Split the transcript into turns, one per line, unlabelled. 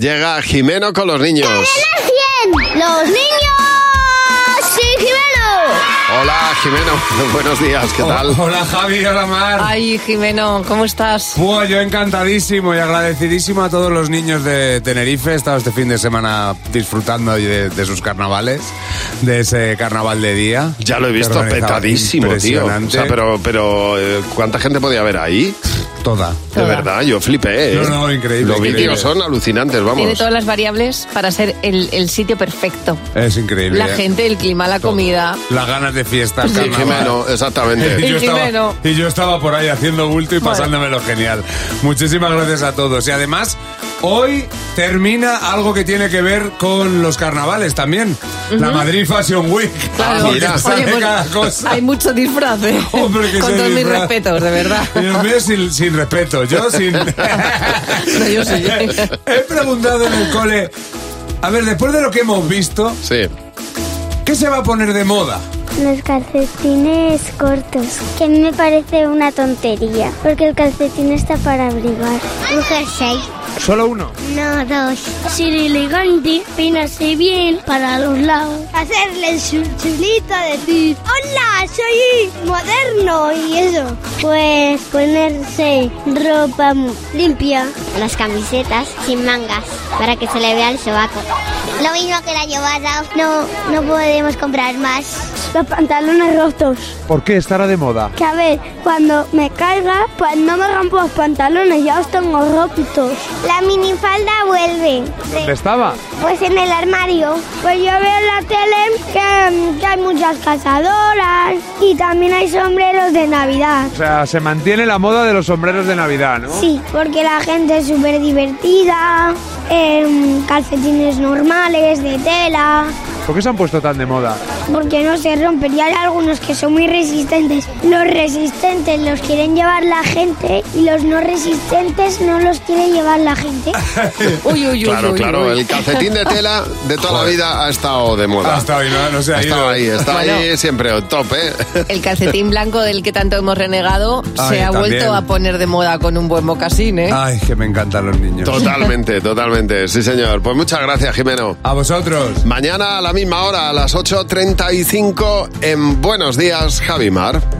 Llega Jimeno con los niños.
¡Los niños! ¡Sí, Jimeno!
Hola, Jimeno. Buenos días, ¿qué tal?
Hola Javi, hola Mar.
Ay, Jimeno, ¿cómo estás?
Buah, yo encantadísimo y agradecidísimo a todos los niños de Tenerife. He estado este fin de semana disfrutando de, de sus carnavales, de ese carnaval de día.
Ya lo he
que
visto
organizaba.
petadísimo, tío. O
Impresionante.
sea, pero, pero eh, ¿cuánta gente podía haber ahí?
Toda.
De
Toda.
verdad, yo flipé, ¿eh?
No, no, increíble,
Los
increíble.
vídeos son alucinantes,
Tiene
vamos.
todas las variables para ser el, el sitio perfecto.
Es increíble.
La
¿eh?
gente, el clima, la
Todo.
comida.
Las ganas de fiesta,
Sí,
carnaval.
Jimeno,
Eh, Y
exactamente.
yo,
Y
estaba,
Jimeno.
y yo estaba por ahí haciendo bulto y pasándomelo genial. Muchísimas gracias a todos. Y además, hoy termina algo que tiene que ver con los carnavales también. La Madrid Fashion Week.
Claro,
Porque
mira.
sale
Oye, pues,
cada cosa.
hay mucho disfraz, ¿eh?
Hombre, que
Con
se
todos mis
disfra-
respetos, de verdad.
Dios mío, sin, sin respeto. Yo sin...
yo sí.
He preguntado en el cole... A ver, después de lo que hemos visto,
Sí.
¿qué se va a poner de moda?
Los calcetines cortos, que me parece una tontería, porque el calcetín está para abrigar.
Un jersey.
Solo uno.
No, dos.
Ser elegante, peinarse bien para los lados. Hacerle su chulito, decir, hola, Ah, soy moderno y eso.
Pues ponerse ropa limpia. Las camisetas sin mangas, para que se le vea el sobaco. Lo mismo que la llevada. No, no podemos comprar más.
Los pantalones rotos.
¿Por qué estará de moda?
Que a ver, cuando me caiga, pues no me rompo los pantalones, ya os tengo rotos.
La minifalda vuelve.
¿Dónde estaba?
Pues en el armario.
Pues yo veo en la tele que, que hay muchas cazadoras y también hay sombreros de Navidad.
O sea, se mantiene la moda de los sombreros de Navidad, ¿no?
Sí, porque la gente es súper divertida, em, calcetines normales, de tela,
¿Por qué se han puesto tan de moda?
porque no se rompen. Y hay algunos que son muy resistentes. Los resistentes los quieren llevar la gente y los no resistentes no los quiere llevar la gente.
Uy, uy, uy.
Claro,
uy,
claro.
uy.
El calcetín de tela de toda la vida ha estado de moda.
Ha estado ahí, no, no se ha
Ha estado
ido.
ahí, está ahí siempre en top, ¿eh?
El calcetín blanco del que tanto hemos renegado
Ay,
se ha
también.
vuelto a poner de moda con un buen mocasín, ¿eh?
Ay, que me encantan los niños.
Totalmente, totalmente. Sí, señor. Pues muchas gracias, Jimeno.
A vosotros.
Mañana a la misma hora, a las 8.35, en Buenos Días, Javimar.